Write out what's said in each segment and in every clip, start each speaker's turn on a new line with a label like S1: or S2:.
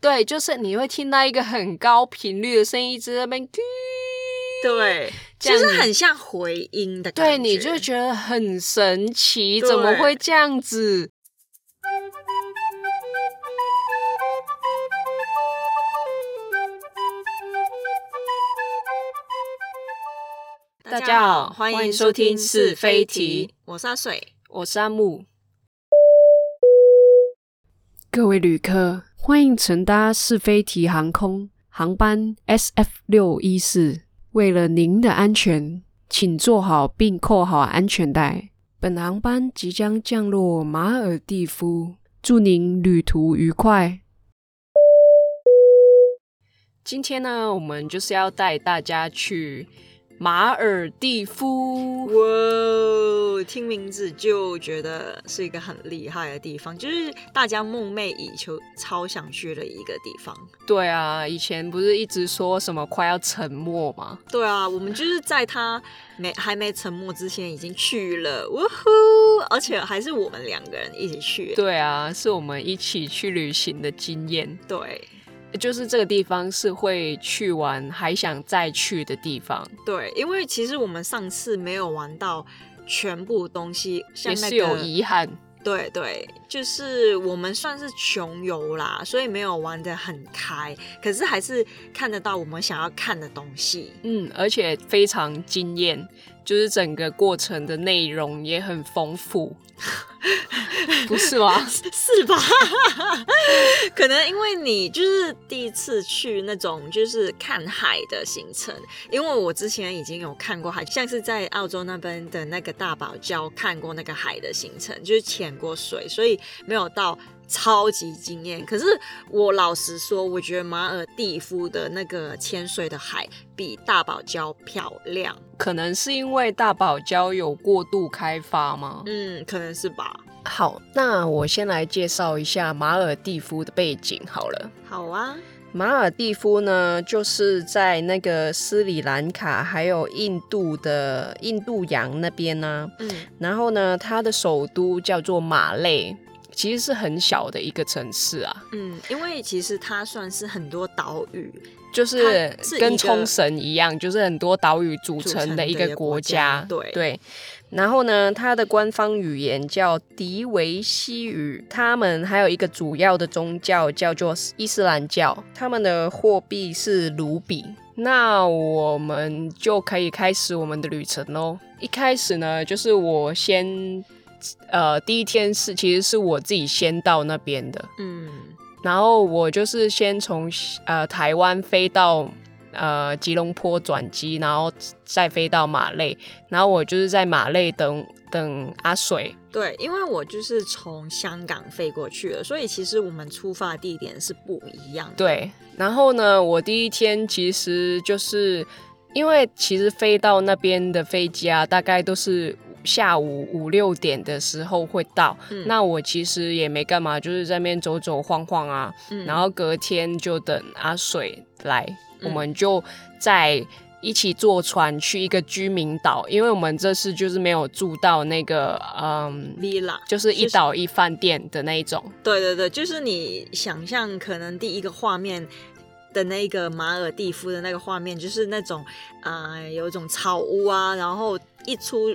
S1: 对，就是你会听到一个很高频率的声音一直在那边，啾
S2: 对，
S1: 这
S2: 其
S1: 样
S2: 实
S1: 你
S2: 很像回音的感觉。
S1: 对，你就觉得很神奇，
S2: 对
S1: 怎么会这样子？大家好欢
S2: 欢迎
S1: 迎收听是非题，
S2: 我是阿水。
S1: 我是阿木。各位旅客，欢迎乘搭是非提航空航班 SF 六一四。为了您的安全，请做好并扣好安全带。本航班即将降落马尔蒂夫，祝您旅途愉快。今天呢，我们就是要带大家去马尔蒂夫。哦
S2: 哇，听名字就觉得是一个很厉害的地方，就是大家梦寐以求、超想去的一个地方。
S1: 对啊，以前不是一直说什么快要沉没吗？
S2: 对啊，我们就是在它没还没沉没之前已经去了，呜呼！而且还是我们两个人一起去。
S1: 对啊，是我们一起去旅行的经验，
S2: 对
S1: 就是这个地方是会去完还想再去的地方，
S2: 对，因为其实我们上次没有玩到全部东西，像
S1: 也
S2: 那
S1: 是有
S2: 个
S1: 遗憾。
S2: 对对，就是我们算是穷游啦，所以没有玩得很开，可是还是看得到我们想要看的东西。
S1: 嗯，而且非常惊艳，就是整个过程的内容也很丰 富，不是吗？
S2: 是吧？可能因为你就是第一次去那种就是看海的行程，因为我之前已经有看过海，像是在澳洲那边的那个大堡礁看过那个海的行程，就是潜过水，所以没有到。超级惊艳！可是我老实说，我觉得马尔蒂夫的那个潜水的海比大堡礁漂亮，
S1: 可能是因为大堡礁有过度开发吗？
S2: 嗯，可能是吧。
S1: 好，那我先来介绍一下马尔蒂夫的背景好了。
S2: 好啊，
S1: 马尔蒂夫呢，就是在那个斯里兰卡还有印度的印度洋那边呢、
S2: 嗯，
S1: 然后呢，它的首都叫做马累，其实是很小的一个城市啊，
S2: 嗯，因为其实它算是很多岛屿，
S1: 就是
S2: 它是一个
S1: 跟冲绳一样，就是很多岛屿组成的一个国家。
S2: 组成的一个国家对
S1: 对。然后呢，它的官方语言叫迪维西语，他们还有一个主要的宗教叫做伊斯兰教，他们的货币是卢比。那我们就可以开始我们的旅程喽。一开始呢，就是我先，呃，第一天是其实是我自己先到那边的，
S2: 嗯
S1: 然后我就是先从呃台湾飞到呃吉隆坡转机，然后再飞到马累，然后我就是在马累等等阿水。，
S2: 对，因为我就是从香港飞过去的，所以其实我们出发地点是不一样的。
S1: 对，然后呢，我第一天其实就是因为其实飞到那边的飞机啊，大概都是。下午五六点的时候会到，
S2: 嗯
S1: 那我其实也没干嘛，就是在那边走走晃晃啊，
S2: 嗯
S1: 然后隔天就等阿水来，我
S2: 嗯
S1: 们就再一起坐船去一个居民岛，因为我们这次就是没有住到那个嗯，
S2: villa，
S1: 就是一岛一饭店的那一种。
S2: 对对对，就是你想象可能第一个画面。的那个马尔蒂夫的那个画面，就是那种，呃，有一种草屋啊，然后一出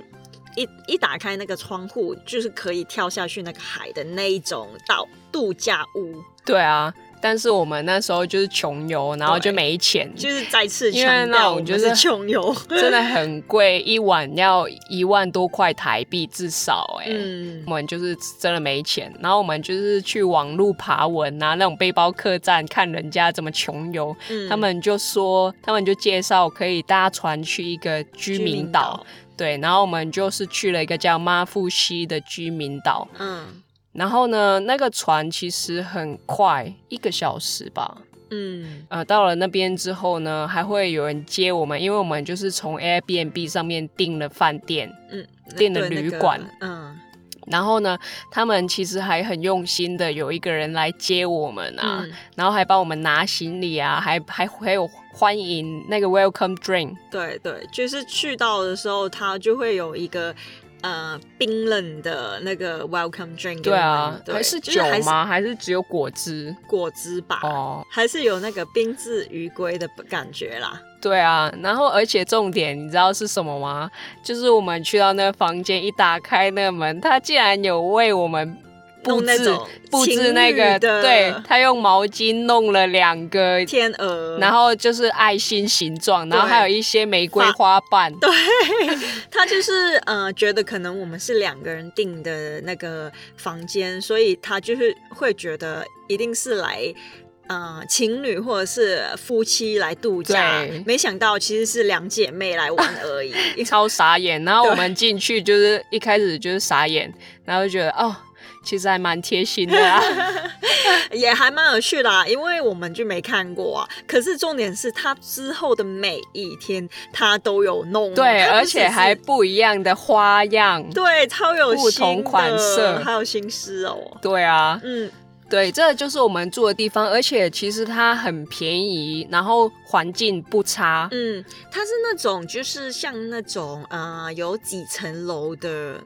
S2: 一一打开那个窗户，就是可以跳下去那个海的那一种岛度假屋，
S1: 对啊，但是我们那时候就是穷游，然后就没钱，
S2: 就是再次
S1: 因为
S2: 强
S1: 那
S2: 调
S1: 种
S2: 我们
S1: 就是
S2: 是穷游，
S1: 真的很贵，一晚要一万多块台币至少哎、
S2: 嗯
S1: 我，们就是真的没钱，然后我们就是去网络爬文啊，那种背包客栈看人家怎么穷游，
S2: 嗯
S1: 他们就说，他们就介绍可以搭船去一个居民岛，，对，然后我们就是去了一个叫马富西的居民岛，
S2: 嗯
S1: 然后呢，那个船其实很快，一个小时吧。
S2: 嗯
S1: 呃，到了那边之后呢，还会有人接我们，因为我们就是从 Airbnb 上面订了饭店，
S2: 嗯，那
S1: 订了
S2: 对那
S1: 旅
S2: 个
S1: 馆
S2: 嗯
S1: 然后呢，他们其实还很用心的，有一个人来接我们啊，
S2: 嗯，
S1: 然后还帮我们拿行李啊，还还还有欢迎那个 welcome drink，
S2: 对对，就是去到的时候，他就会有一个。呃冰冷的那个 welcome drink 给
S1: 对
S2: 我们。
S1: 啊，
S2: 对
S1: 还是
S2: 就
S1: 酒
S2: 还是
S1: 吗？还是只有果汁？
S2: 果汁吧，
S1: 哦，
S2: 还是有那个宾至如归的感觉啦。
S1: 对啊，然后而且重点你知道是什么吗？就是我们去到那个房间，一打开那个门，他竟然有为我们布
S2: 弄那
S1: 置
S2: 种
S1: 布
S2: 情
S1: 置那
S2: 侣
S1: 个，
S2: 的
S1: 对他用毛巾弄了两个，
S2: 天鹅，
S1: 然后就是爱心形状，然后
S2: 对
S1: 还有一些玫瑰花瓣，
S2: 他就是呃，觉得可能我们是两个人订的那个房间，所以他就是会觉得一定是来。呃，情侣或者是夫妻来度假
S1: 对，
S2: 没想到其实是两姐妹来玩而已。
S1: 超傻眼。然后
S2: 对
S1: 我们进去就是一开始就是傻眼，然后就觉得哦，其实还蛮贴心的 啊。
S2: 也还蛮有趣的、啊，因为我们就没看过啊。可是重点是他之后的每一天他都有弄哦，
S1: 对，
S2: 他不
S1: 而
S2: 只
S1: 且
S2: 是
S1: 还不一样的花样。
S2: 对超有
S1: 不
S2: 新
S1: 同款
S2: 的
S1: 式
S2: 还有心思哦。
S1: 对啊，
S2: 嗯，
S1: 对，这就是我们住的地方，而且其实它很便宜，然后环境不差。
S2: 嗯，它是那种就是像那种呃有几层楼的，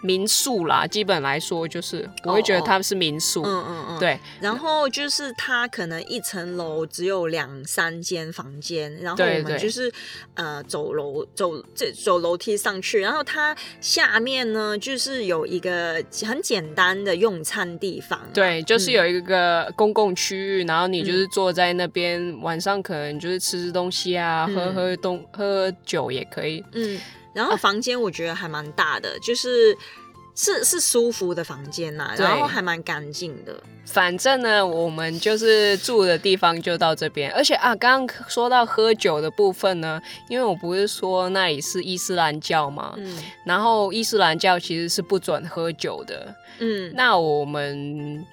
S1: 民宿啦，基本来说就是，我会觉得
S2: 哦
S1: 他们是民宿。
S2: 嗯嗯嗯，。
S1: 对
S2: 然后就是它可能一层楼只有两三间房间，然后
S1: 对
S2: 我们
S1: 对
S2: 就是呃走楼走这走楼梯上去，然后它下面呢就是有一个很简单的用餐地方啊，
S1: 对，就是
S2: 嗯
S1: 有一个公共区域，然后你就是坐在那边，晚上可能就是吃吃东西啊，
S2: 嗯
S1: 喝喝东喝喝酒也可以。
S2: 嗯，然
S1: 啊
S2: 后房间我觉得还蛮大的，就是。是是舒服的房间呐、
S1: 对
S2: 然后还蛮干净的，
S1: 反正呢，我们就是住的地方就到这边。而且啊，刚刚说到喝酒的部分呢，因为我不是说那里是伊斯兰教嘛，
S2: 嗯
S1: 然后伊斯兰教其实是不准喝酒的。
S2: 嗯，
S1: 那我们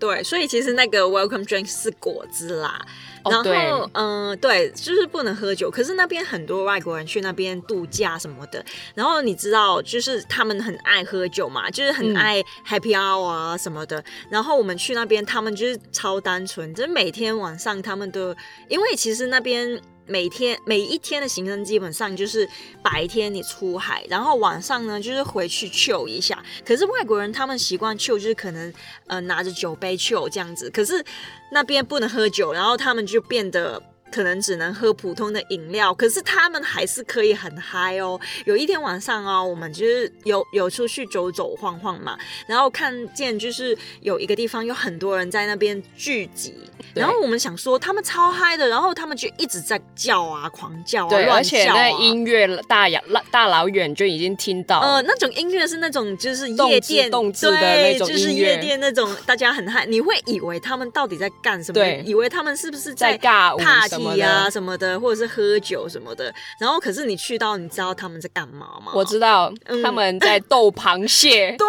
S2: 对，所以其实那个 welcome drink 是果汁啦，
S1: 哦
S2: 然
S1: 对
S2: 后嗯、呃对，就是不能喝酒。可是那边很多外国人去那边度假什么的，然后你知道，就是他们很爱喝酒嘛，就是很
S1: 嗯
S2: 爱 happy hour 啊什么的。然后我们去那边，他们就是超单纯，就是每天晚上他们都，因为其实那边。每天每一天的行程基本上就是白天你出海，然后晚上呢就是回去 chill 一下。可是外国人他们习惯 chill 就是可能呃拿着酒杯 chill 这样子，可是那边不能喝酒，然后他们就变得。可能只能喝普通的饮料，可是他们还是可以很嗨哦。有一天晚上哦，我们就是有有出去走走晃晃嘛，然后看见就是有一个地方有很多人在那边聚集，
S1: 对
S2: 然后我们想说他们超嗨的，然后他们就一直在叫啊，狂叫啊，
S1: 对，
S2: 乱
S1: 而且
S2: 叫
S1: 那
S2: 啊。
S1: 音乐大呀大老远就已经听到了。
S2: 呃，那种音乐是那种就是
S1: 动
S2: 夜
S1: 之
S2: 店
S1: 动之的那
S2: 对
S1: 种
S2: 就是
S1: 音
S2: 夜
S1: 乐
S2: 店那种，大家很嗨，你会以为他们到底在干什么？
S1: 对
S2: 以为他们是不是
S1: 在尬舞什么
S2: party 啊
S1: 的，
S2: 什么的，或者是喝酒什么的。然后可是你去到，你知道他们在干嘛吗？
S1: 我知道、
S2: 嗯
S1: 他们在斗螃 蟹。
S2: 对，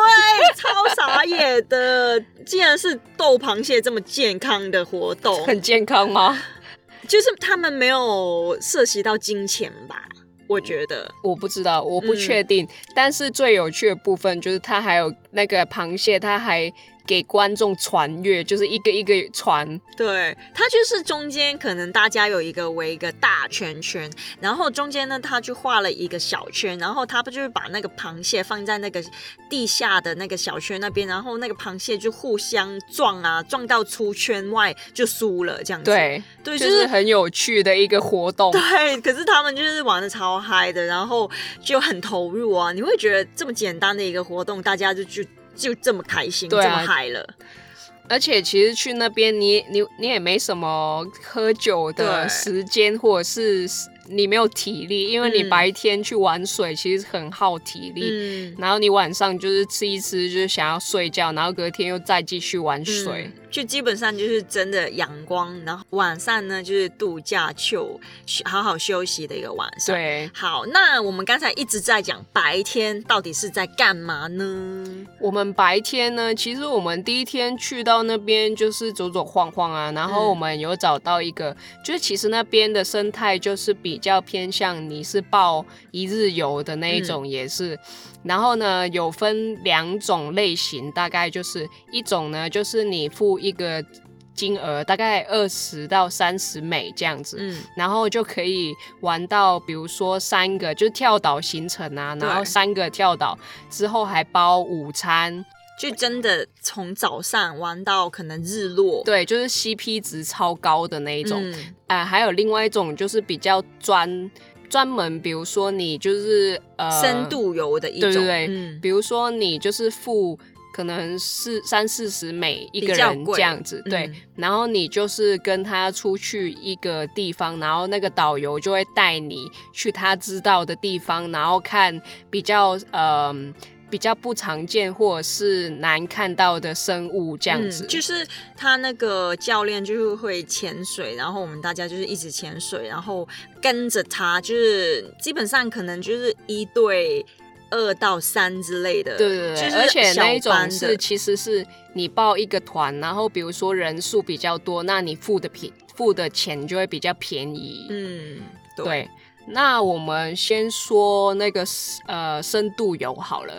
S2: 超傻眼的，竟然是斗螃蟹这么健康的活动，
S1: 很健康吗？
S2: 就是他们没有涉及到金钱吧？我觉得，
S1: 我不知道，我不
S2: 嗯
S1: 确定。但是最有趣的部分就是，它还有那个螃蟹，它还给观众传阅，就是一个一个传。
S2: 对，它就是中间可能大家有一个围一个大圈圈，然后中间呢，他就画了一个小圈，然后他不就是把那个螃蟹放在那个地下的那个小圈那边，然后那个螃蟹就互相撞啊，撞到出圈外就输了这样子。
S1: 对，
S2: 对，
S1: 就
S2: 就是是
S1: 很有趣的一个活动。
S2: 对，可是他们就是玩的超嗨的，然后就很投入啊。你会觉得这么简单的一个活动，大家就就就这么开心，
S1: 对啊
S2: 这么嗨了。
S1: 而且其实去那边你，你你也没什么喝酒的
S2: 对
S1: 时间，或者是你没有体力，因为你
S2: 嗯
S1: 白天去玩水其实很耗体力。
S2: 嗯，
S1: 然后你晚上就是吃一吃，就是想要睡觉，然后隔天又再继续玩水
S2: 嗯。，就基本上就是真的阳光，然后晚上呢就是度假休休好好休息的一个晚上。，
S1: 对，
S2: 好，那我们刚才一直在讲白天到底是在干嘛呢？
S1: 我们白天呢，其实我们第一天去到那边就是走走晃晃啊，然后
S2: 嗯
S1: 我们有找到一个，就是其实那边的生态就是比较偏向你是报一日游的那一种，
S2: 嗯
S1: 也是。然后呢，有分两种类型，大概就是一种呢，就是你付一个金额，大概二十到三十美这样子。
S2: 嗯，
S1: 然后就可以玩到，比如说三个就是跳岛行程啊，
S2: 对
S1: 然后三个跳岛之后还包午餐，
S2: 就真的从早上玩到可能日落，
S1: 对，就是 CP 值超高的那一种。
S2: 嗯
S1: 啊，还有另外一种就是比较专专门，比如说你就是呃
S2: 深，度游的一种，
S1: 对对对
S2: 嗯，
S1: 比如说你就是付可能是三四十美一个
S2: 比较
S1: 人
S2: 贵
S1: 这样子，对，
S2: 嗯
S1: 然后你就是跟他出去一个地方，然后那个导游就会带你去他知道的地方，然后看比较呃比较不常见或者是难看到的生物这样子，
S2: 嗯，就是他那个教练就是会潜水，然后我们大家就是一直潜水，然后跟着他，就是基本上可能就是一对二到三之类的，
S1: 对对
S2: 就
S1: 对，
S2: 是
S1: 而且那一
S2: 小班
S1: 种
S2: 的
S1: 是其实是你报一个团，然后比如说人数比较多，那你付的便付的钱就会比较便宜。
S2: 嗯，对，
S1: 对。那我们先说那个呃深度游好了，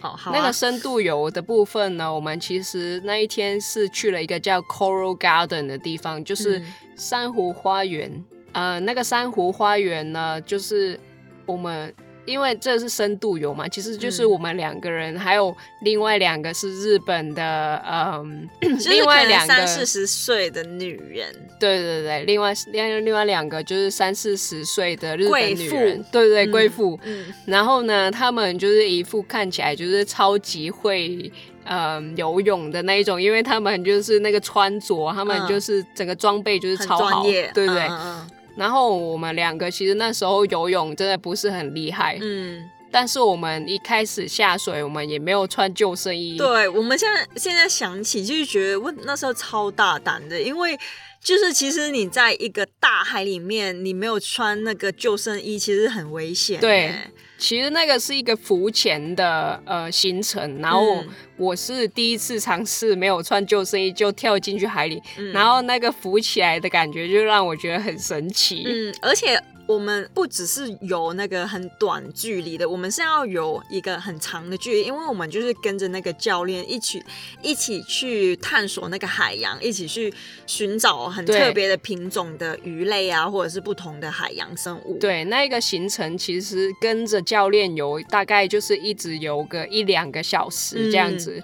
S2: 哦，好、啊，
S1: 那个深度游的部分呢，我们其实那一天是去了一个叫 Coral Garden 的地方，就是
S2: 嗯
S1: 珊瑚花园。呃，那个珊瑚花园呢，就是我们因为这是深度游嘛，其实就是
S2: 嗯
S1: 我们两个人，还有另外两个是日本的， 嗯、
S2: 就是
S1: 另外
S2: 可能
S1: 两
S2: 三
S1: 个
S2: 四十岁的女人，
S1: 对对对，另外另另外两个就是三四十岁的日
S2: 贵
S1: 本女
S2: 妇
S1: 人，对对对，贵
S2: 嗯
S1: 妇。
S2: 嗯，
S1: 然后呢，他们就是一副看起来就是超级会嗯、游泳的那一种，因为他们就是那个穿着，他们
S2: 嗯
S1: 就是整个装备就是
S2: 很
S1: 超好，
S2: 专业，
S1: 对不对？
S2: 嗯
S1: 然后我们两个其实那时候游泳真的不是很厉害，
S2: 嗯，
S1: 但是我们一开始下水，我们也没有穿救生衣，
S2: 嗯对，我们现在现在想起就是觉得我那时候超大胆的，因为。就是其实你在一个大海里面，你没有穿那个救生衣，其实很危险。
S1: 对
S2: 欸，
S1: 其实那个是一个浮潜的呃行程，然后我
S2: 嗯
S1: 我是第一次尝试没有穿救生衣就跳进去海里，
S2: 嗯
S1: 然后那个浮起来的感觉就让我觉得很神奇。
S2: 嗯，而且我们不只是游那个很短距离的，我们是要游一个很长的距离，因为我们就是跟着那个教练一起一起去探索那个海洋，一起去寻找很
S1: 对
S2: 特别的品种的鱼类啊，或者是不同的海洋生物。，
S1: 对，那一个行程其实跟着教练游，大概就是一直游个一两个小时
S2: 嗯
S1: 这样子。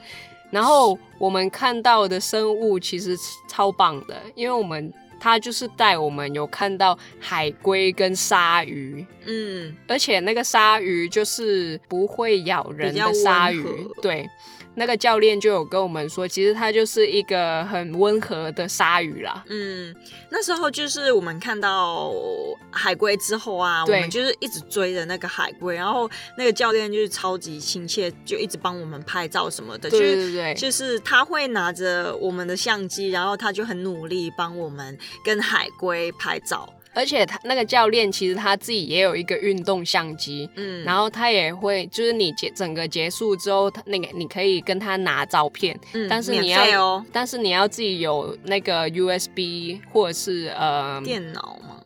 S1: 然后我们看到的生物其实超棒的，因为我们他就是带我们有看到海龟跟鲨鱼，
S2: 嗯，
S1: 而且那个鲨鱼就是不会咬人
S2: 比较
S1: 的
S2: 温
S1: 鲨鱼
S2: 和，
S1: 对。那个教练就有跟我们说，其实它就是一个很温和的鲨鱼啦。
S2: 嗯，那时候就是我们看到海龟之后啊，我
S1: 对
S2: 们就是一直追着那个海龟，然后那个教练就是超级亲切，就一直帮我们拍照什么的，
S1: 对
S2: 就是
S1: 对对
S2: 就是他会拿着我们的相机，然后他就很努力帮我们跟海龟拍照。
S1: 而且他那个教练其实他自己也有一个运动相机，
S2: 嗯，
S1: 然后他也会，就是你结整个结束之后，他那个你可以跟他拿照片，
S2: 嗯
S1: 但是你
S2: 免费
S1: 要，
S2: 哦，
S1: 但是你要自己有那个 USB 或者是呃，
S2: 电脑嘛，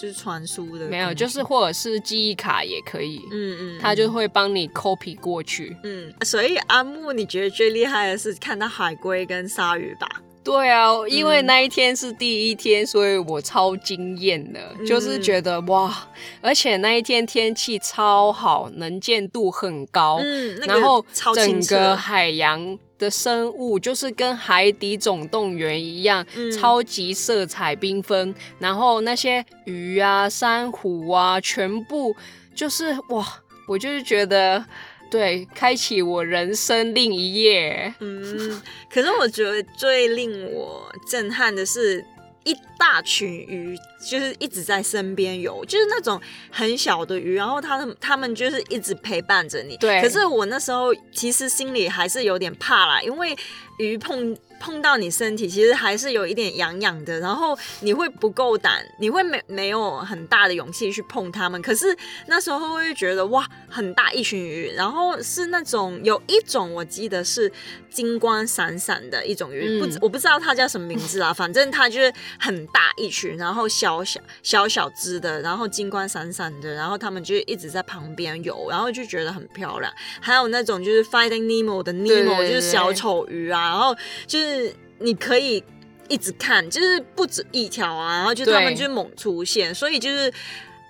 S2: 就是传输的，
S1: 没有，就是或者是记忆卡也可以，
S2: 嗯嗯，
S1: 他就会帮你 copy 过去。
S2: 嗯，所以阿木，你觉得最厉害的是看到海龟跟鲨鱼吧？
S1: 对啊，因为
S2: 嗯
S1: 那一天是第一天，所以我超惊艳的，
S2: 嗯
S1: 就是觉得哇，而且那一天天气超好，能见度很高，
S2: 嗯，那
S1: 哦
S2: 个
S1: 然后
S2: 超清
S1: 整
S2: 澈
S1: 个海洋的生物就是跟海底总动员一样，
S2: 嗯
S1: 超级色彩缤纷。然后那些鱼啊、珊瑚啊，全部就是哇，我就是觉得。对，开启我人生另一页。
S2: 嗯，可是我觉得最令我震撼的是。一大群鱼就是一直在身边游，就是那种很小的鱼，然后它们它们就是一直陪伴着你。
S1: 对
S2: 可是我那时候其实心里还是有点怕啦，因为鱼碰碰到你身体，其实还是有一点痒痒的，然后你会不够胆，你会没没有很大的勇气去碰它们。可是那时候会觉得哇，很大一群鱼，然后是那种有一种我记得是金光闪闪的一种鱼，
S1: 嗯
S2: 不知我不知道它叫什么名字啦，反正它就是很大一群，然后小小小小只的，然后金光闪闪的，然后它们就一直在旁边游，然后就觉得很漂亮。还有那种就是 Finding Nemo 的 Nemo，
S1: 对对对
S2: 就是小丑鱼啊，然后就是你可以。一直看，就是不止一条啊，然后就他们
S1: 对
S2: 就猛出现，所以就是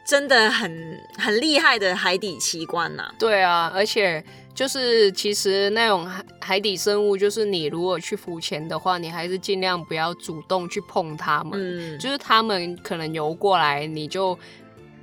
S2: 真的很很厉害的海底奇观呐、
S1: 对啊，而且就是其实那种海海底生物，就是你如果去浮潜的话，你还是尽量不要主动去碰它们，
S2: 嗯，
S1: 就是它们可能游过来，你就。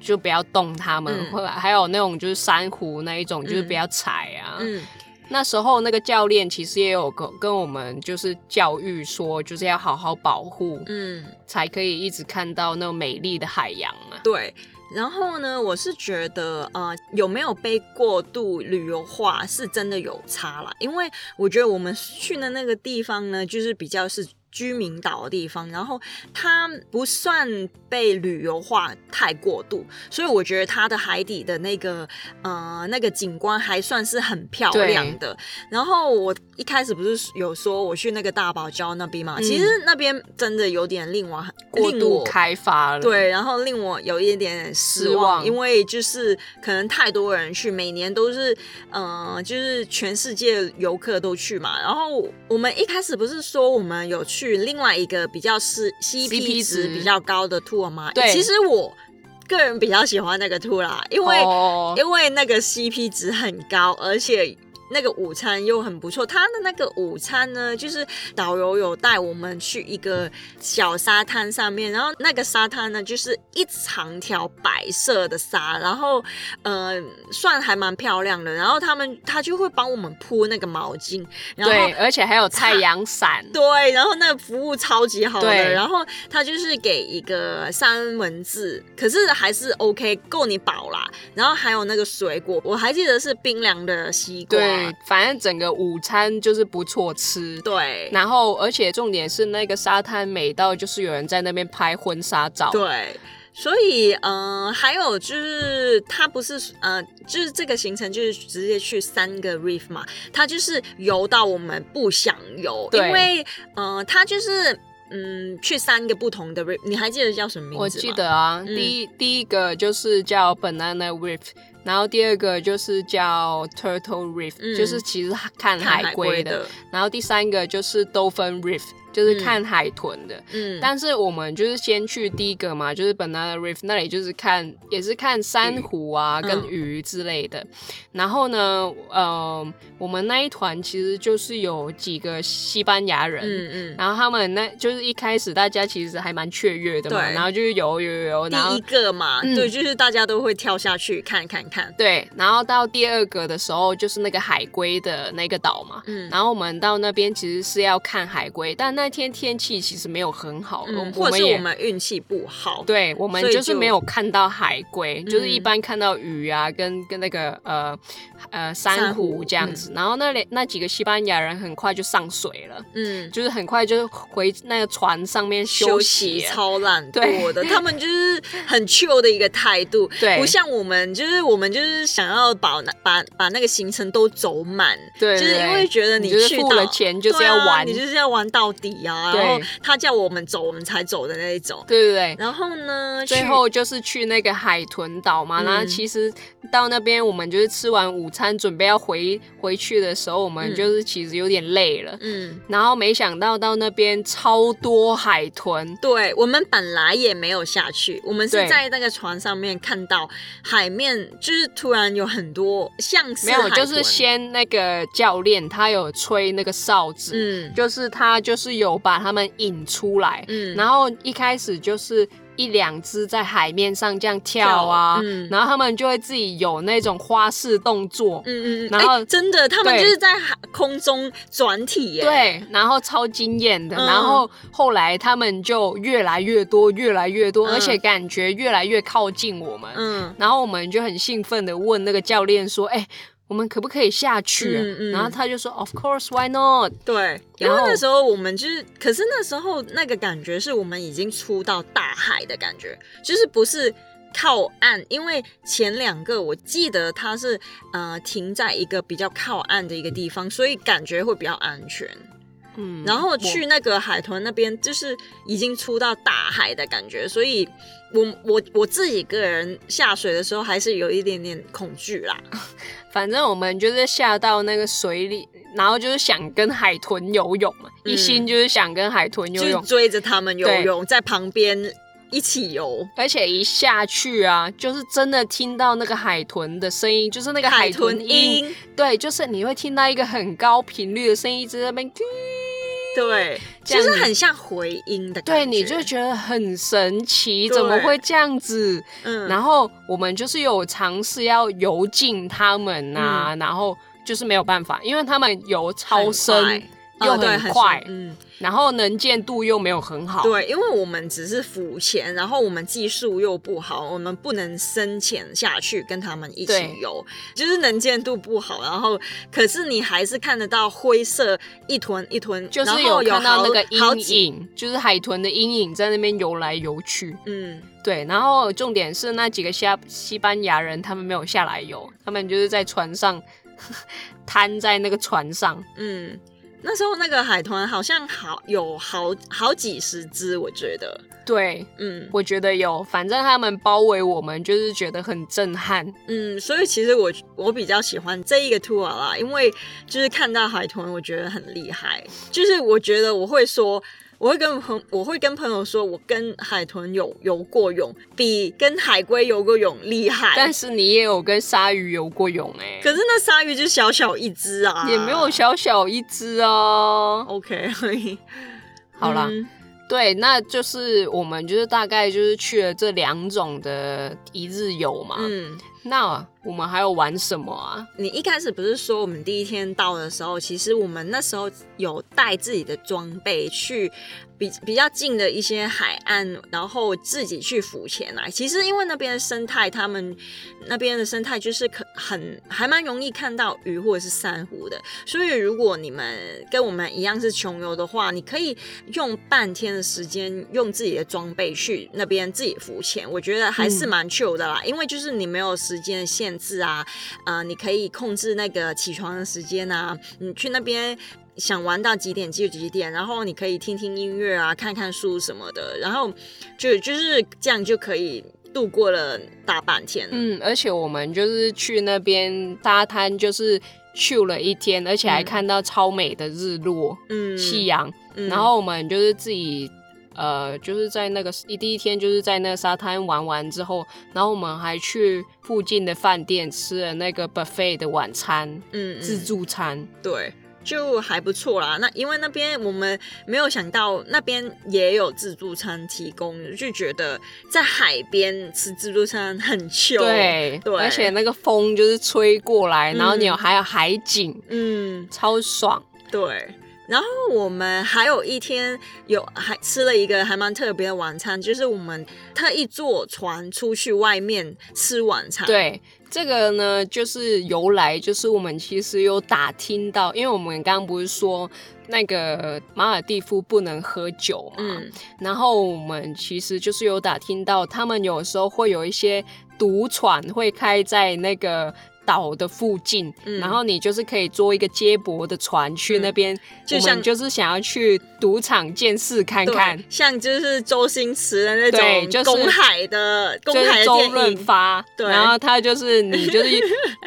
S1: 就不要动它们，
S2: 嗯
S1: 或者还有那种就是珊瑚那一种，就是
S2: 嗯
S1: 不要踩啊。
S2: 嗯
S1: 那时候那个教练其实也有跟跟我们就是教育说，就是要好好保护，
S2: 嗯，
S1: 才可以一直看到那种美丽的海洋啊。
S2: 对。然后呢，我是觉得，呃，有没有被过度旅游化是真的有差啦，因为我觉得我们去的那个地方呢，就是比较是居民岛的地方，然后它不算被旅游化太过度，所以我觉得它的海底的那个呃那个景观还算是很漂亮的。然后我一开始不是有说我去那个大堡礁那边嘛，
S1: 嗯
S2: 其实那边真的有点令我
S1: 过
S2: 令
S1: 度
S2: 我
S1: 开发了，
S2: 对，然后令我有一点点失
S1: 失
S2: 望，
S1: 望
S2: 因为就是可能太多人去，每年都是，呃，就是全世界游客都去嘛。然后我们一开始不是说我们有去另外一个比较是 CP 值
S1: 值
S2: 比较高的 tour 吗？
S1: 对
S2: 其实我个人比较喜欢那个 tour 啦，因为、
S1: 哦
S2: 因为那个 CP 值很高，而且那个午餐又很不错。他的那个午餐呢，就是导游有带我们去一个小沙滩上面，然后那个沙滩呢，就是一长条白色的沙，然后呃，算还蛮漂亮的。然后他们他就会帮我们铺那个毛巾，然后
S1: 对，而且还有太阳伞，
S2: 对，然后那个服务超级好的，
S1: 对
S2: 然后他就是给一个三文治，可是还是 OK，够你饱啦。然后还有那个水果，我还记得是冰凉的西瓜。
S1: 对，反正整个午餐就是不错吃。
S2: 对
S1: 然后，而且重点是那个沙滩美到就是有人在那边拍婚纱照，
S2: 对所以呃，还有就是它不是呃，就是这个行程就是直接去三个 reef 嘛，它就是游到我们不想游，因
S1: 对
S2: 为呃，它就是。嗯，去三个不同的 reef，你还记得叫什么名字吗？
S1: 我记得啊，
S2: 嗯
S1: 第一第一个就是叫 Banana Reef，然后第二个就是叫 Turtle Reef，、
S2: 嗯
S1: 就是其实看
S2: 看
S1: 海
S2: 海
S1: 龟
S2: 龟
S1: 的，
S2: 的，
S1: 然后第三个就是 Dolphin Reef，就是
S2: 嗯
S1: 看海豚的。
S2: 嗯，
S1: 但是我们就是先去第一个嘛，就是 Banana Reef 那里，就是看也是看珊瑚啊、
S2: 嗯
S1: 跟鱼之类的。然后呢，呃，我们那一团其实就是有几个西班牙人。啊
S2: 嗯嗯，
S1: 然后他们那就是一开始大家其实还蛮雀跃的嘛，
S2: 对
S1: 然后就是游游游，然
S2: 第
S1: 后
S2: 一个嘛，
S1: 嗯
S2: 对，就是大家都会跳下去看看看，
S1: 对，然后到第二个的时候就是那个海龟的那个岛嘛，
S2: 嗯，
S1: 然后我们到那边其实是要看海龟，但那天天气其实没有很好，
S2: 嗯，
S1: 我
S2: 或者
S1: 们
S2: 是
S1: 也
S2: 我们运气不好，
S1: 对我们
S2: 所以
S1: 就是
S2: 就
S1: 没有看到海龟，就是一
S2: 嗯
S1: 般看到鱼啊，跟跟那个呃呃珊
S2: 珊
S1: 瑚
S2: 瑚嗯
S1: 这样子。然后那里那几个西班牙人很快就上水了，
S2: 嗯，
S1: 就是很快就回那个船上面
S2: 休
S1: 息
S2: 息
S1: 了。
S2: 超懒惰的，他们就是很 chill 的一个态度，
S1: 对
S2: 不像我们，就是我们就是想要把那把把那个行程都走满，
S1: 对，
S2: 就是
S1: 对
S2: 因为觉得
S1: 你
S2: 你
S1: 就是
S2: 去
S1: 付
S2: 到
S1: 了钱就是
S2: 对
S1: 要
S2: 啊
S1: 玩，
S2: 你
S1: 对
S2: 就是要玩到底啊，然
S1: 对
S2: 后他叫我们走，我们才走的那一种。
S1: 对对。
S2: 然后呢，
S1: 最
S2: 去
S1: 后就是去那个海豚岛嘛，
S2: 嗯
S1: 然后其实到那边我们就是吃完午餐，准备要回回去的时候，我们
S2: 嗯
S1: 就是其实有点累了，
S2: 嗯。
S1: 然后没想到到那边超多海豚，
S2: 对我们本来也没有下去，我们是
S1: 对
S2: 在那个船上面看到海面，就是突然有很多像是
S1: 没有
S2: 海，
S1: 就
S2: 豚
S1: 是先那个教练他有吹那个哨子，
S2: 嗯
S1: 就是他就是有把他们引出来，
S2: 嗯，
S1: 然后一开始就是一两只在海面上这样跳啊，
S2: 嗯
S1: 然后他们就会自己有那种花式动作，
S2: 嗯嗯嗯，
S1: 然后
S2: 哎真的他们
S1: 对
S2: 就是在海空中转体耶，，
S1: 对，然后超惊艳的，
S2: 嗯
S1: 然后后来他们就越来越多，越来越多，
S2: 嗯
S1: 而且感觉越来越靠近我们，
S2: 嗯
S1: 然后我们就很兴奋的问那个教练说，哎、我们可不可以下去啊、
S2: 嗯嗯
S1: 然后他就说，Of course, why not？
S2: 对，因为
S1: 然后
S2: 那时候我们就是，可是那时候那个感觉是我们已经出到大海的感觉，就是不是。靠岸，因为前两个我记得它是呃停在一个比较靠岸的一个地方，所以感觉会比较安全。
S1: 嗯
S2: 然后去那个海豚那边，就是已经出到大海的感觉，所以我我我自己个人下水的时候还是有一点点恐惧啦。
S1: 反正我们就是下到那个水里然后就是想跟海豚游泳嘛，一心就是想跟海豚游
S2: 嗯就
S1: 泳
S2: 是，追着他们游
S1: 对
S2: 泳，在旁边一起游。
S1: 而且一下去啊，就是真的听到那个海豚的声音，就是那个海豚音，
S2: 音，
S1: 对，就是你会听到一个很高频率的声音一直在那边，
S2: 对，
S1: 这样
S2: 就是
S1: 你
S2: 很像回音的感
S1: 对，
S2: 觉。
S1: 你就觉得很神奇，
S2: 对
S1: 怎么会这样子？
S2: 嗯，
S1: 然后我们就是有尝试要游进他们呐、
S2: 嗯
S1: 然后就是没有办法，因为他们游超
S2: 很
S1: 深
S2: 快，
S1: 又
S2: 哦对
S1: 很快
S2: 深嗯，
S1: 然后能见度又没有很好，
S2: 对，因为我们只是浮潜，然后我们技术又不好，我们不能深潜下去跟他们一
S1: 对
S2: 起游，就是能见度不好。然后，可是你还是看得到灰色一团一团，
S1: 就是
S2: 然后有
S1: 看到
S2: 好
S1: 那个
S2: 好
S1: 阴
S2: 几，
S1: 影，就是海豚的阴影在那边游来游去。
S2: 嗯，
S1: 对，然后重点是那几个西西班牙人他们没有下来游，他们就是在船上 瘫在那个船上。
S2: 嗯，那时候那个海豚好像好有好好几十只，我觉得，
S1: 对，
S2: 嗯
S1: 我觉得有，反正他们包围我们，就是觉得很震撼。
S2: 嗯，所以其实我我比较喜欢这一个 tour 啦，因为就是看到海豚，我觉得很厉害，就是我觉得我会说。我会跟朋我会跟朋友说，我跟海豚有游过泳，比跟海龟游过泳厉害。
S1: 但是你也有跟鲨鱼游过泳哎、
S2: 可是那鲨鱼就小小一只啊，
S1: 也没有小小一只哦。
S2: OK
S1: 好啦，
S2: 嗯
S1: 对，那就是我们就是大概就是去了这两种的一日游嘛。
S2: 嗯，
S1: 那我们还有玩什么啊？
S2: 你一开始不是说我们第一天到的时候，其实我们那时候有带自己的装备去比比较近的一些海岸，然后自己去浮潜啊。其实因为那边的生态，他们那边的生态就是可很还蛮容易看到鱼或者是珊瑚的，所以如果你们跟我们一样是穷游的话，你可以用半天的时间用自己的装备去那边自己浮潜，我觉得还是
S1: 嗯
S2: 蛮 chill 的啦，因为就是你没有时间的限制啊，呃，你可以控制那个起床的时间啊，你去那边。想玩到几点就几点，然后你可以听听音乐啊，看看书什么的，然后就就是这样就可以度过了大半天了。
S1: 嗯，而且我们就是去那边沙滩，就是去了一天，而且还
S2: 嗯
S1: 看到超美的日落、
S2: 嗯，
S1: 夕阳。
S2: 嗯
S1: 然后我们就是自己。呃，就是在那个一第一天就是在那个沙滩玩完之后，然后我们还去附近的饭店吃了那个 buffet 的晚餐，
S2: 嗯嗯
S1: 自助餐。
S2: 对，就还不错啦。那因为那边我们没有想到那边也有自助餐提供，就觉得在海边吃自助餐很 chill。，
S1: 对，
S2: 对
S1: 而且那个风就是吹过来，
S2: 嗯
S1: 然后你有还有海景，
S2: 嗯，
S1: 超爽。
S2: 对。然后我们还有一天有还吃了一个还蛮特别的晚餐，就是我们特意坐船出去外面吃晚餐。，
S1: 对，这个呢就是由来，就是我们其实有打听到，因为我们刚刚不是说那个马尔蒂夫不能喝酒嘛，
S2: 嗯，
S1: 然后我们其实就是有打听到，他们有时候会有一些赌船会开在那个岛的附近，
S2: 嗯
S1: 然后你就是可以坐一个接驳的船去那边。
S2: 就
S1: 我
S2: 像
S1: 们就是想要去赌场见识看看
S2: 对，，像就是周星驰的那
S1: 对就
S2: 种
S1: 是
S2: 公海的、
S1: 就
S2: 公海
S1: 是
S2: 的
S1: 周
S2: 电
S1: 润
S2: 影，
S1: 发，
S2: 对
S1: 然后他就是你就是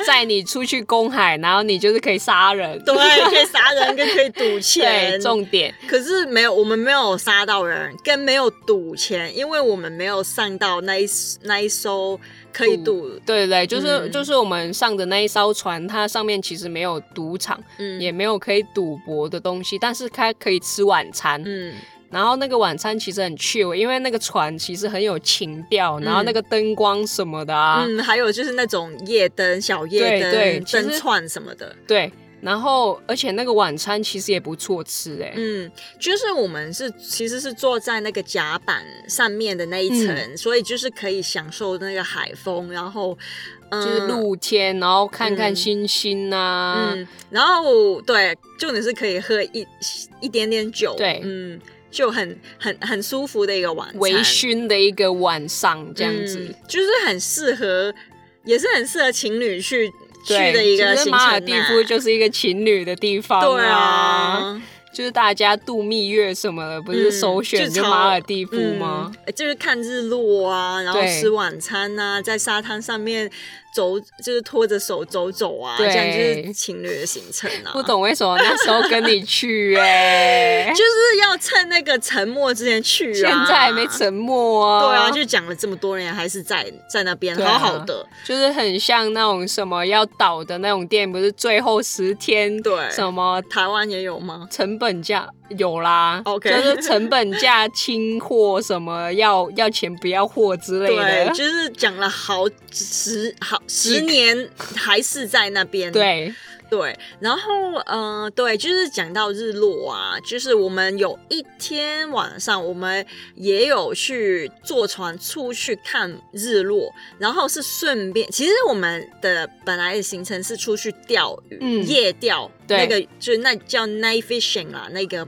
S1: 在你出去公 海，然后你就是可以杀人，
S2: 对，可以杀人跟可以赌
S1: 对，
S2: 钱，
S1: 重点
S2: 可是没有，我们没有杀到人，跟没有赌钱，因为我们没有上到那一那一艘可以赌，
S1: 对对对，就是、
S2: 嗯
S1: 就是我们上的那一艘船，它上面其实没有赌场。
S2: 嗯
S1: 也没有可以赌博的东西，但是它可以吃晚餐。
S2: 嗯
S1: 然后那个晚餐其实很 chill，因为那个船其实很有情调，然后那个灯光什么的啊，
S2: 嗯，还有就是那种夜灯、小夜
S1: 对
S2: 灯、
S1: 对其实哎
S2: 灯串什么的，
S1: 对。然后而且那个晚餐其实也不错吃哎、
S2: 嗯，就是我们是其实是坐在那个甲板上面的那一层，
S1: 嗯
S2: 所以就是可以享受那个海风，然后嗯，
S1: 就是露天，然后看看
S2: 嗯
S1: 星星啊。
S2: 嗯，然后对，重点是可以喝一一点点酒，
S1: 对
S2: 嗯，就很很很舒服的一个晚餐，
S1: 微醺的一个晚上这样子，
S2: 嗯就是很适合，也是很适合情侣去去
S1: 对
S2: 的一个
S1: 其实
S2: 行程、
S1: 马
S2: 啊。
S1: 尔蒂夫就是一个情侣的地方
S2: 对
S1: 啊，
S2: 啊，
S1: 就是大家度蜜月什么的，不是
S2: 嗯
S1: 首选
S2: 就
S1: 就
S2: 朝
S1: 马尔蒂夫吗？
S2: 嗯就是看日落啊，然后
S1: 对
S2: 吃晚餐啊，在沙滩上面走，就是拖着手走走啊，
S1: 对
S2: 这样就是情侣的行程啊。
S1: 不，懂为什么那时候跟你去哎、
S2: 就是要趁那个沉默之前去啊。
S1: 现在还没沉默啊。
S2: 对啊，就讲了这么多年，还是在在那边
S1: 对啊
S2: 好好的。
S1: 就是很像那种什么要倒的那种店，不是最后十天
S2: 对
S1: 什么
S2: 台湾也有吗？
S1: 成本价有啦
S2: OK
S1: 就是成本价清货什么要要钱不要货之类
S2: 对
S1: 的，，
S2: 就是讲了好十好十年，还是在那边。
S1: 对
S2: 对，然后呃，对，就是讲到日落啊，就是我们有一天晚上，我们也有去坐船出去看日落，然后是顺便，其实我们的本来的行程是出去钓鱼，
S1: 嗯
S2: 夜钓，
S1: 对
S2: 那个就是那叫 night fishing 啦，那个，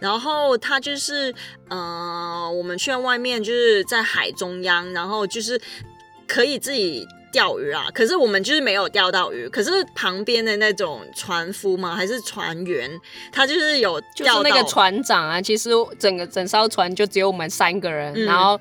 S2: 然后它就是呃，我们去到外面就是在海中央，然后就是可以自己钓鱼啊。可是我们就是没有钓到鱼，可是旁边的那种船夫嘛，还是船员，他就是有
S1: 就是
S2: 钓到
S1: 那个船长啊，其实整个整艘船就只有我们三个人，
S2: 嗯
S1: 然后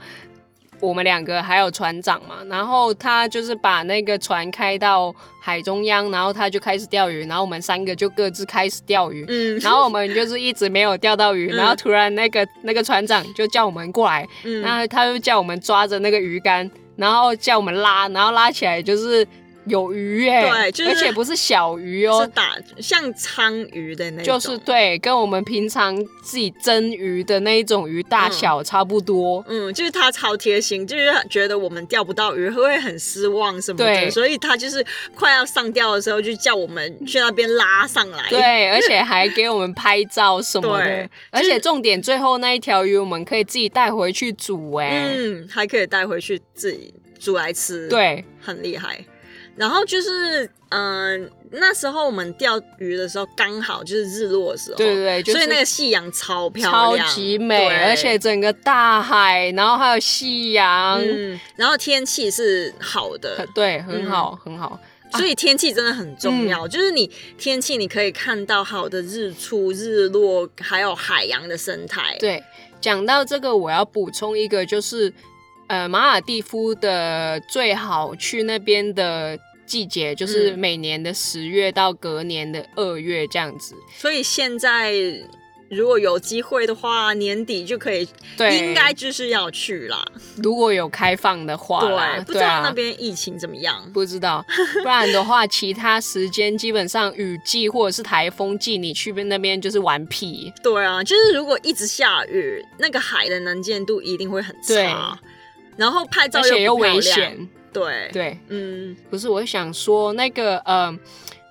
S1: 我们两个还有船长嘛，然后他就是把那个船开到海中央，然后他就开始钓鱼，然后我们三个就各自开始钓鱼，
S2: 嗯
S1: 然后我们就是一直没有钓到鱼，
S2: 嗯
S1: 然后突然那个那个船长就叫我们过来，
S2: 嗯，
S1: 那他就叫我们抓着那个鱼竿，然后叫我们拉，然后拉起来就是有鱼耶、
S2: 对就是
S1: 而且不是小鱼哦、
S2: 是打像鲳鱼的那
S1: 就
S2: 种，
S1: 是对，跟我们平常自己蒸鱼的那一种鱼大小差不多。
S2: 嗯，就是他超贴心，就是觉得我们钓不到鱼会很失望什么
S1: 对
S2: 的，所以他就是快要上钓的时候就叫我们去那边拉上来。
S1: 对，而且还给我们拍照什么的
S2: 哎对，
S1: 而
S2: 就是
S1: 且重点最后那一条鱼我们可以自己带回去煮哎、
S2: 嗯，还可以带回去自己煮来吃，，
S1: 对，
S2: 很厉害。然后就是，嗯、那时候我们钓鱼的时候刚好就是日落的时候，
S1: 对对对就是
S2: 所以那个夕阳超漂
S1: 超
S2: 亮，
S1: 级美，
S2: 对
S1: 而且整个大海，然后还有夕阳，
S2: 嗯，然后天气是好的
S1: 很，对，很好，很好。
S2: 所以天气真的很
S1: 嗯
S2: 重要，就是你天气你可以看到好的日出、日落，还有海洋的生态。
S1: 对，讲到这个，我要补充一个，就是呃，马尔蒂夫的最好去那边的季节，就是
S2: 嗯
S1: 每年的十月到隔年的二月这样子。
S2: 所以现在如果有机会的话，年底就可以，
S1: 对，
S2: 应该就是要去啦。
S1: 如果有开放的话啦，
S2: 对，不知道那
S1: 啊。
S2: 边疫情怎么样。
S1: 不知道，不然的话，其他时间基本上雨季或者是台风季，你去那边就是玩屁。
S2: 对啊，就是如果一直下雨，那个海的能见度一定会很
S1: 对
S2: 差，然后拍照
S1: 而且
S2: 又
S1: 又
S2: 不漂
S1: 危
S2: 亮。
S1: 险。
S2: 对，
S1: 对，
S2: 嗯，
S1: 不是，我想说那个，呃，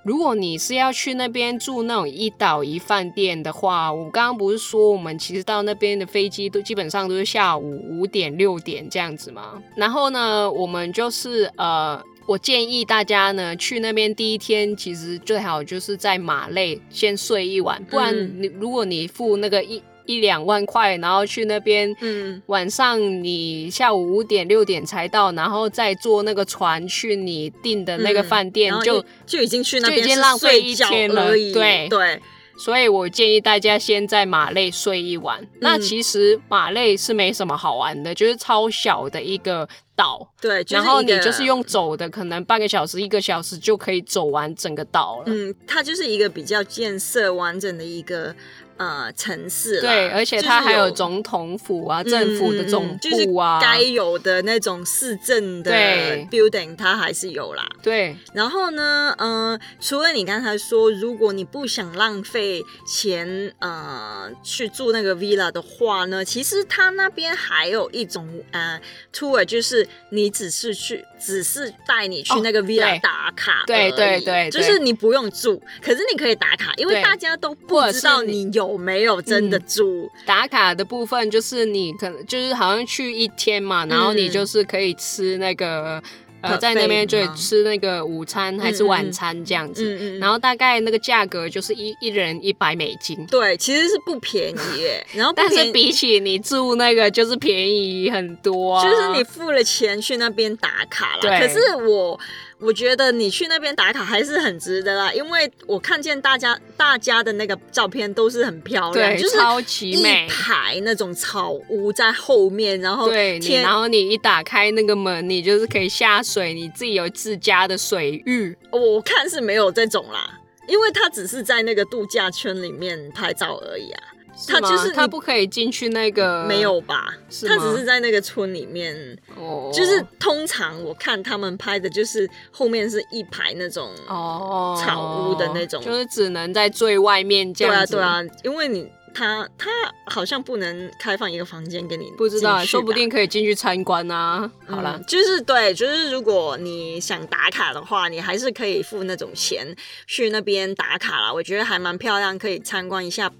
S1: 如果你是要去那边住那种一岛一饭店的话，我刚刚不是说我们其实到那边的飞机都基本上都是下午五点六点这样子嘛。然后呢，我们就是呃。我建议大家呢，去那边第一天其实最好就是在马累先睡一晚，不然
S2: 嗯
S1: 你、如果你付那个一一两万块，然后去那边，
S2: 嗯
S1: 晚上你下午五点六点才到，然后再坐那个船去你订的那个
S2: 嗯
S1: 饭店，
S2: 然后
S1: 就
S2: 一就已经去那边
S1: 就已经
S2: 是
S1: 浪费一
S2: 睡觉
S1: 天了
S2: 而已。
S1: 对
S2: 对，
S1: 所以我建议大家先在马累睡一晚。那其实马累是没什么好玩的，就是超小的一个岛，
S2: 对，就
S1: 然后
S2: 一
S1: 你
S2: 个
S1: 就是用走的，可能半个小时一个小时就可以走完整个岛了。
S2: 嗯，它就是一个比较建设完整的一个呃城市啦
S1: 对，而且它
S2: 就
S1: 还
S2: 是
S1: 有总统府啊、
S2: 嗯
S1: 政府的
S2: 嗯嗯
S1: 总
S2: 就是
S1: 部啊，
S2: 该有的那种市政的
S1: 对
S2: building 它还是有啦。
S1: 对
S2: 然后呢，嗯，除了你刚才说，如果你不想浪费钱，呃，去住那个 villa 的话呢，其实它那边还有一种呃 tour，就是你只是去，只是带你去
S1: 哦
S2: 那个 villa
S1: 对
S2: 打卡而已、
S1: 对对对对
S2: 就是你不用住，可是你可以打卡，因为
S1: 对
S2: 大家都不
S1: 或者
S2: 知
S1: 是
S2: 道
S1: 你
S2: 你有没有真的
S1: 嗯
S2: 住，
S1: 打卡的部分就是你可能就是好像去一天嘛，然后你就是可以吃那个、呃，
S2: 嗯 Buffet
S1: 在那边就
S2: 吗
S1: 吃那个午餐还是晚餐这样子，
S2: 嗯嗯，
S1: 然后大概那个价格就是一一人一百美金。
S2: 对，其实是不便宜耶，然后不
S1: 但
S2: 便
S1: 是
S2: 宜
S1: 比起你住那个，就是便宜很多、啊。
S2: 就是你付了钱去那边打卡啦。
S1: 对
S2: 可是我我觉得你去那边打卡还是很值得啦，因为我看见大家大家的那个照片都是很漂亮，
S1: 对，
S2: 就是
S1: 超级美
S2: 一。排那种草屋在后面，然后
S1: 对你，
S2: 天
S1: 然后你一打开那个门，你就是可以下水，你自己有自家的水域。
S2: 我看是没有这种啦，因为他只是在那个度假圈里面拍照而已啊，它
S1: 吗
S2: 就是你
S1: 它不可以进去那个
S2: 没有吧？
S1: 呃是
S2: 他
S1: 吗
S2: 只是在那个村里面，
S1: 哦，
S2: 就是通常我看他们拍的，就是后面是一排那种
S1: 哦
S2: 草屋的那种
S1: 就是只能在最外面这
S2: 对
S1: 样
S2: 啊，
S1: 子。
S2: 对啊，因为你他他好像不能开放一个房间给你进去吧，
S1: 不知道，说不定可以进去参观啊。好啦，
S2: 嗯就是对，就是如果你想打卡的话，你还是可以付那种钱去那边打卡啦。我觉得还蛮漂亮，可以参观一下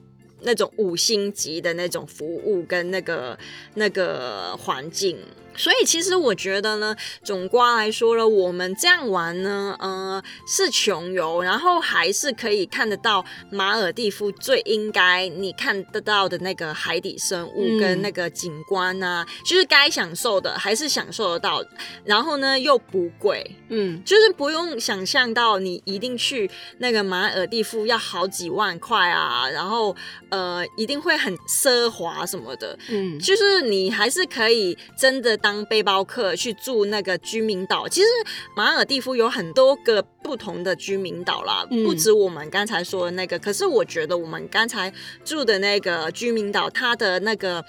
S2: 那种五星级的那种服务跟那个那个环境。所以其实我觉得呢，总瓜来说呢，我们这样玩呢，呃，是穷游，然后还是可以看得到马尔蒂夫最应该你看得到的那个海底生物
S1: 嗯
S2: 跟那个景观啊，就是该享受的还是享受得到，然后呢又不贵，
S1: 嗯，
S2: 就是不用想象到你一定去那个马尔蒂夫要好几万块啊，然后呃一定会很奢华什么的，
S1: 嗯，
S2: 就是你还是可以真的当背包客去住那个居民岛。其实马尔蒂夫有很多个不同的居民岛啦，
S1: 嗯
S2: 不止我们刚才说的那个。可是我觉得我们刚才住的那个居民岛，它的那个。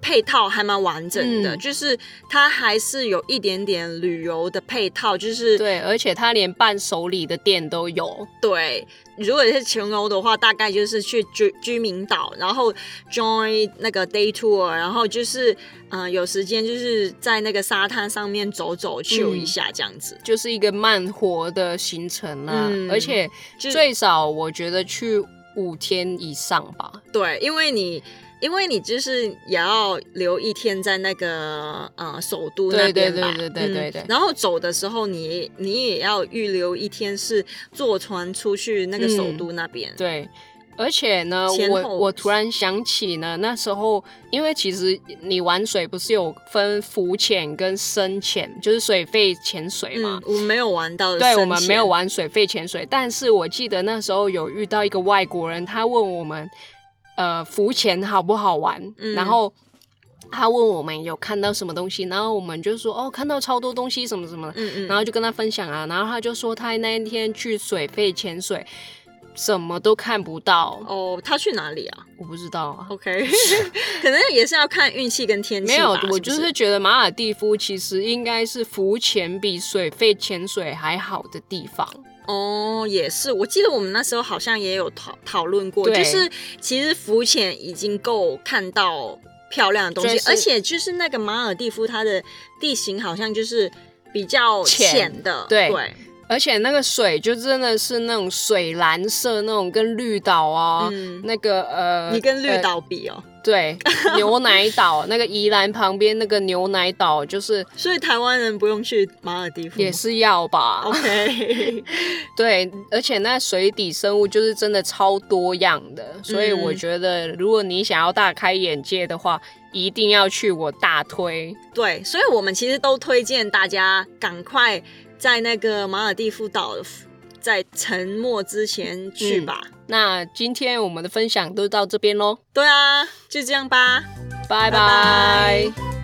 S2: 配套还蛮完整的，
S1: 嗯
S2: 就是它还是有一点点旅游的配套，就是
S1: 对，而且它连伴手礼的店都有。
S2: 对，如果是穷游的话，大概就是去居居民岛，然后 join 那个 day tour，然后就是嗯、呃有时间就是在那个沙滩上面走走，chill
S1: 嗯
S2: 一下这样子。
S1: 就是一个慢活的行程啦、
S2: 嗯
S1: 而且
S2: 就
S1: 最少我觉得去五天以上吧。
S2: 对，因为你。因为你就是也要留一天在那个呃首都那
S1: 对对
S2: 边
S1: 对
S2: 吧，
S1: 对对对对
S2: 嗯。然后走的时候你，你也要预留一天是坐船出去那个首
S1: 嗯
S2: 都那边。
S1: 对，而且呢，
S2: 前
S1: 我
S2: 后
S1: 我突然想起呢，那时候因为其实你玩水不是有分浮潜跟深潜，就是水肺潜水嘛
S2: 嗯。，我没有玩到，
S1: 对我们没有。玩水肺潜水，但是我记得那时候有遇到一个外国人，他问我们，呃，浮潜好不好玩？
S2: 嗯
S1: 然后他问我们有看到什么东西，然后我们就说哦，看到超多东西什么什么的，
S2: 嗯嗯，
S1: 然后就跟他分享啊，然后他就说他那一天去水肺潜水，什么都看不到，
S2: 哦，他去哪里啊？
S1: 我不知道啊。
S2: OK，可能也是要看运气跟天气
S1: 没有
S2: 吧，
S1: 我
S2: 是不
S1: 就是是觉得马尔蒂夫其实应该是浮潜比水肺潜水还好的地方。
S2: 哦，也是。我记得我们那时候好像也有讨讨论过，
S1: 对
S2: 就是其实浮潜已经够看到漂亮的东西，
S1: 就是
S2: 而且就是那个马尔蒂夫，它的地形好像就是比较
S1: 浅
S2: 浅的，
S1: 对
S2: 对，
S1: 而且那个水就真的是那种水蓝色那种，跟绿岛啊，
S2: 嗯，
S1: 那个呃，
S2: 你跟绿岛比哦，
S1: 呃对牛奶 岛那个宜兰旁边那个牛奶岛，就是
S2: 所以台湾人不用去马尔蒂夫吗，
S1: 也是要吧？
S2: 嗯 OK，
S1: 对，而且那水底生物就是真的超多样的，所以我觉得如果你想要大开眼界的话，一定要去我大推。
S2: 对，所以我们其实都推荐大家赶快在那个马尔蒂夫岛在沉没之前去吧。
S1: 那今天我们的分享就到这边喽，
S2: 对啊，就这样吧。
S1: 拜
S2: 拜拜
S1: 拜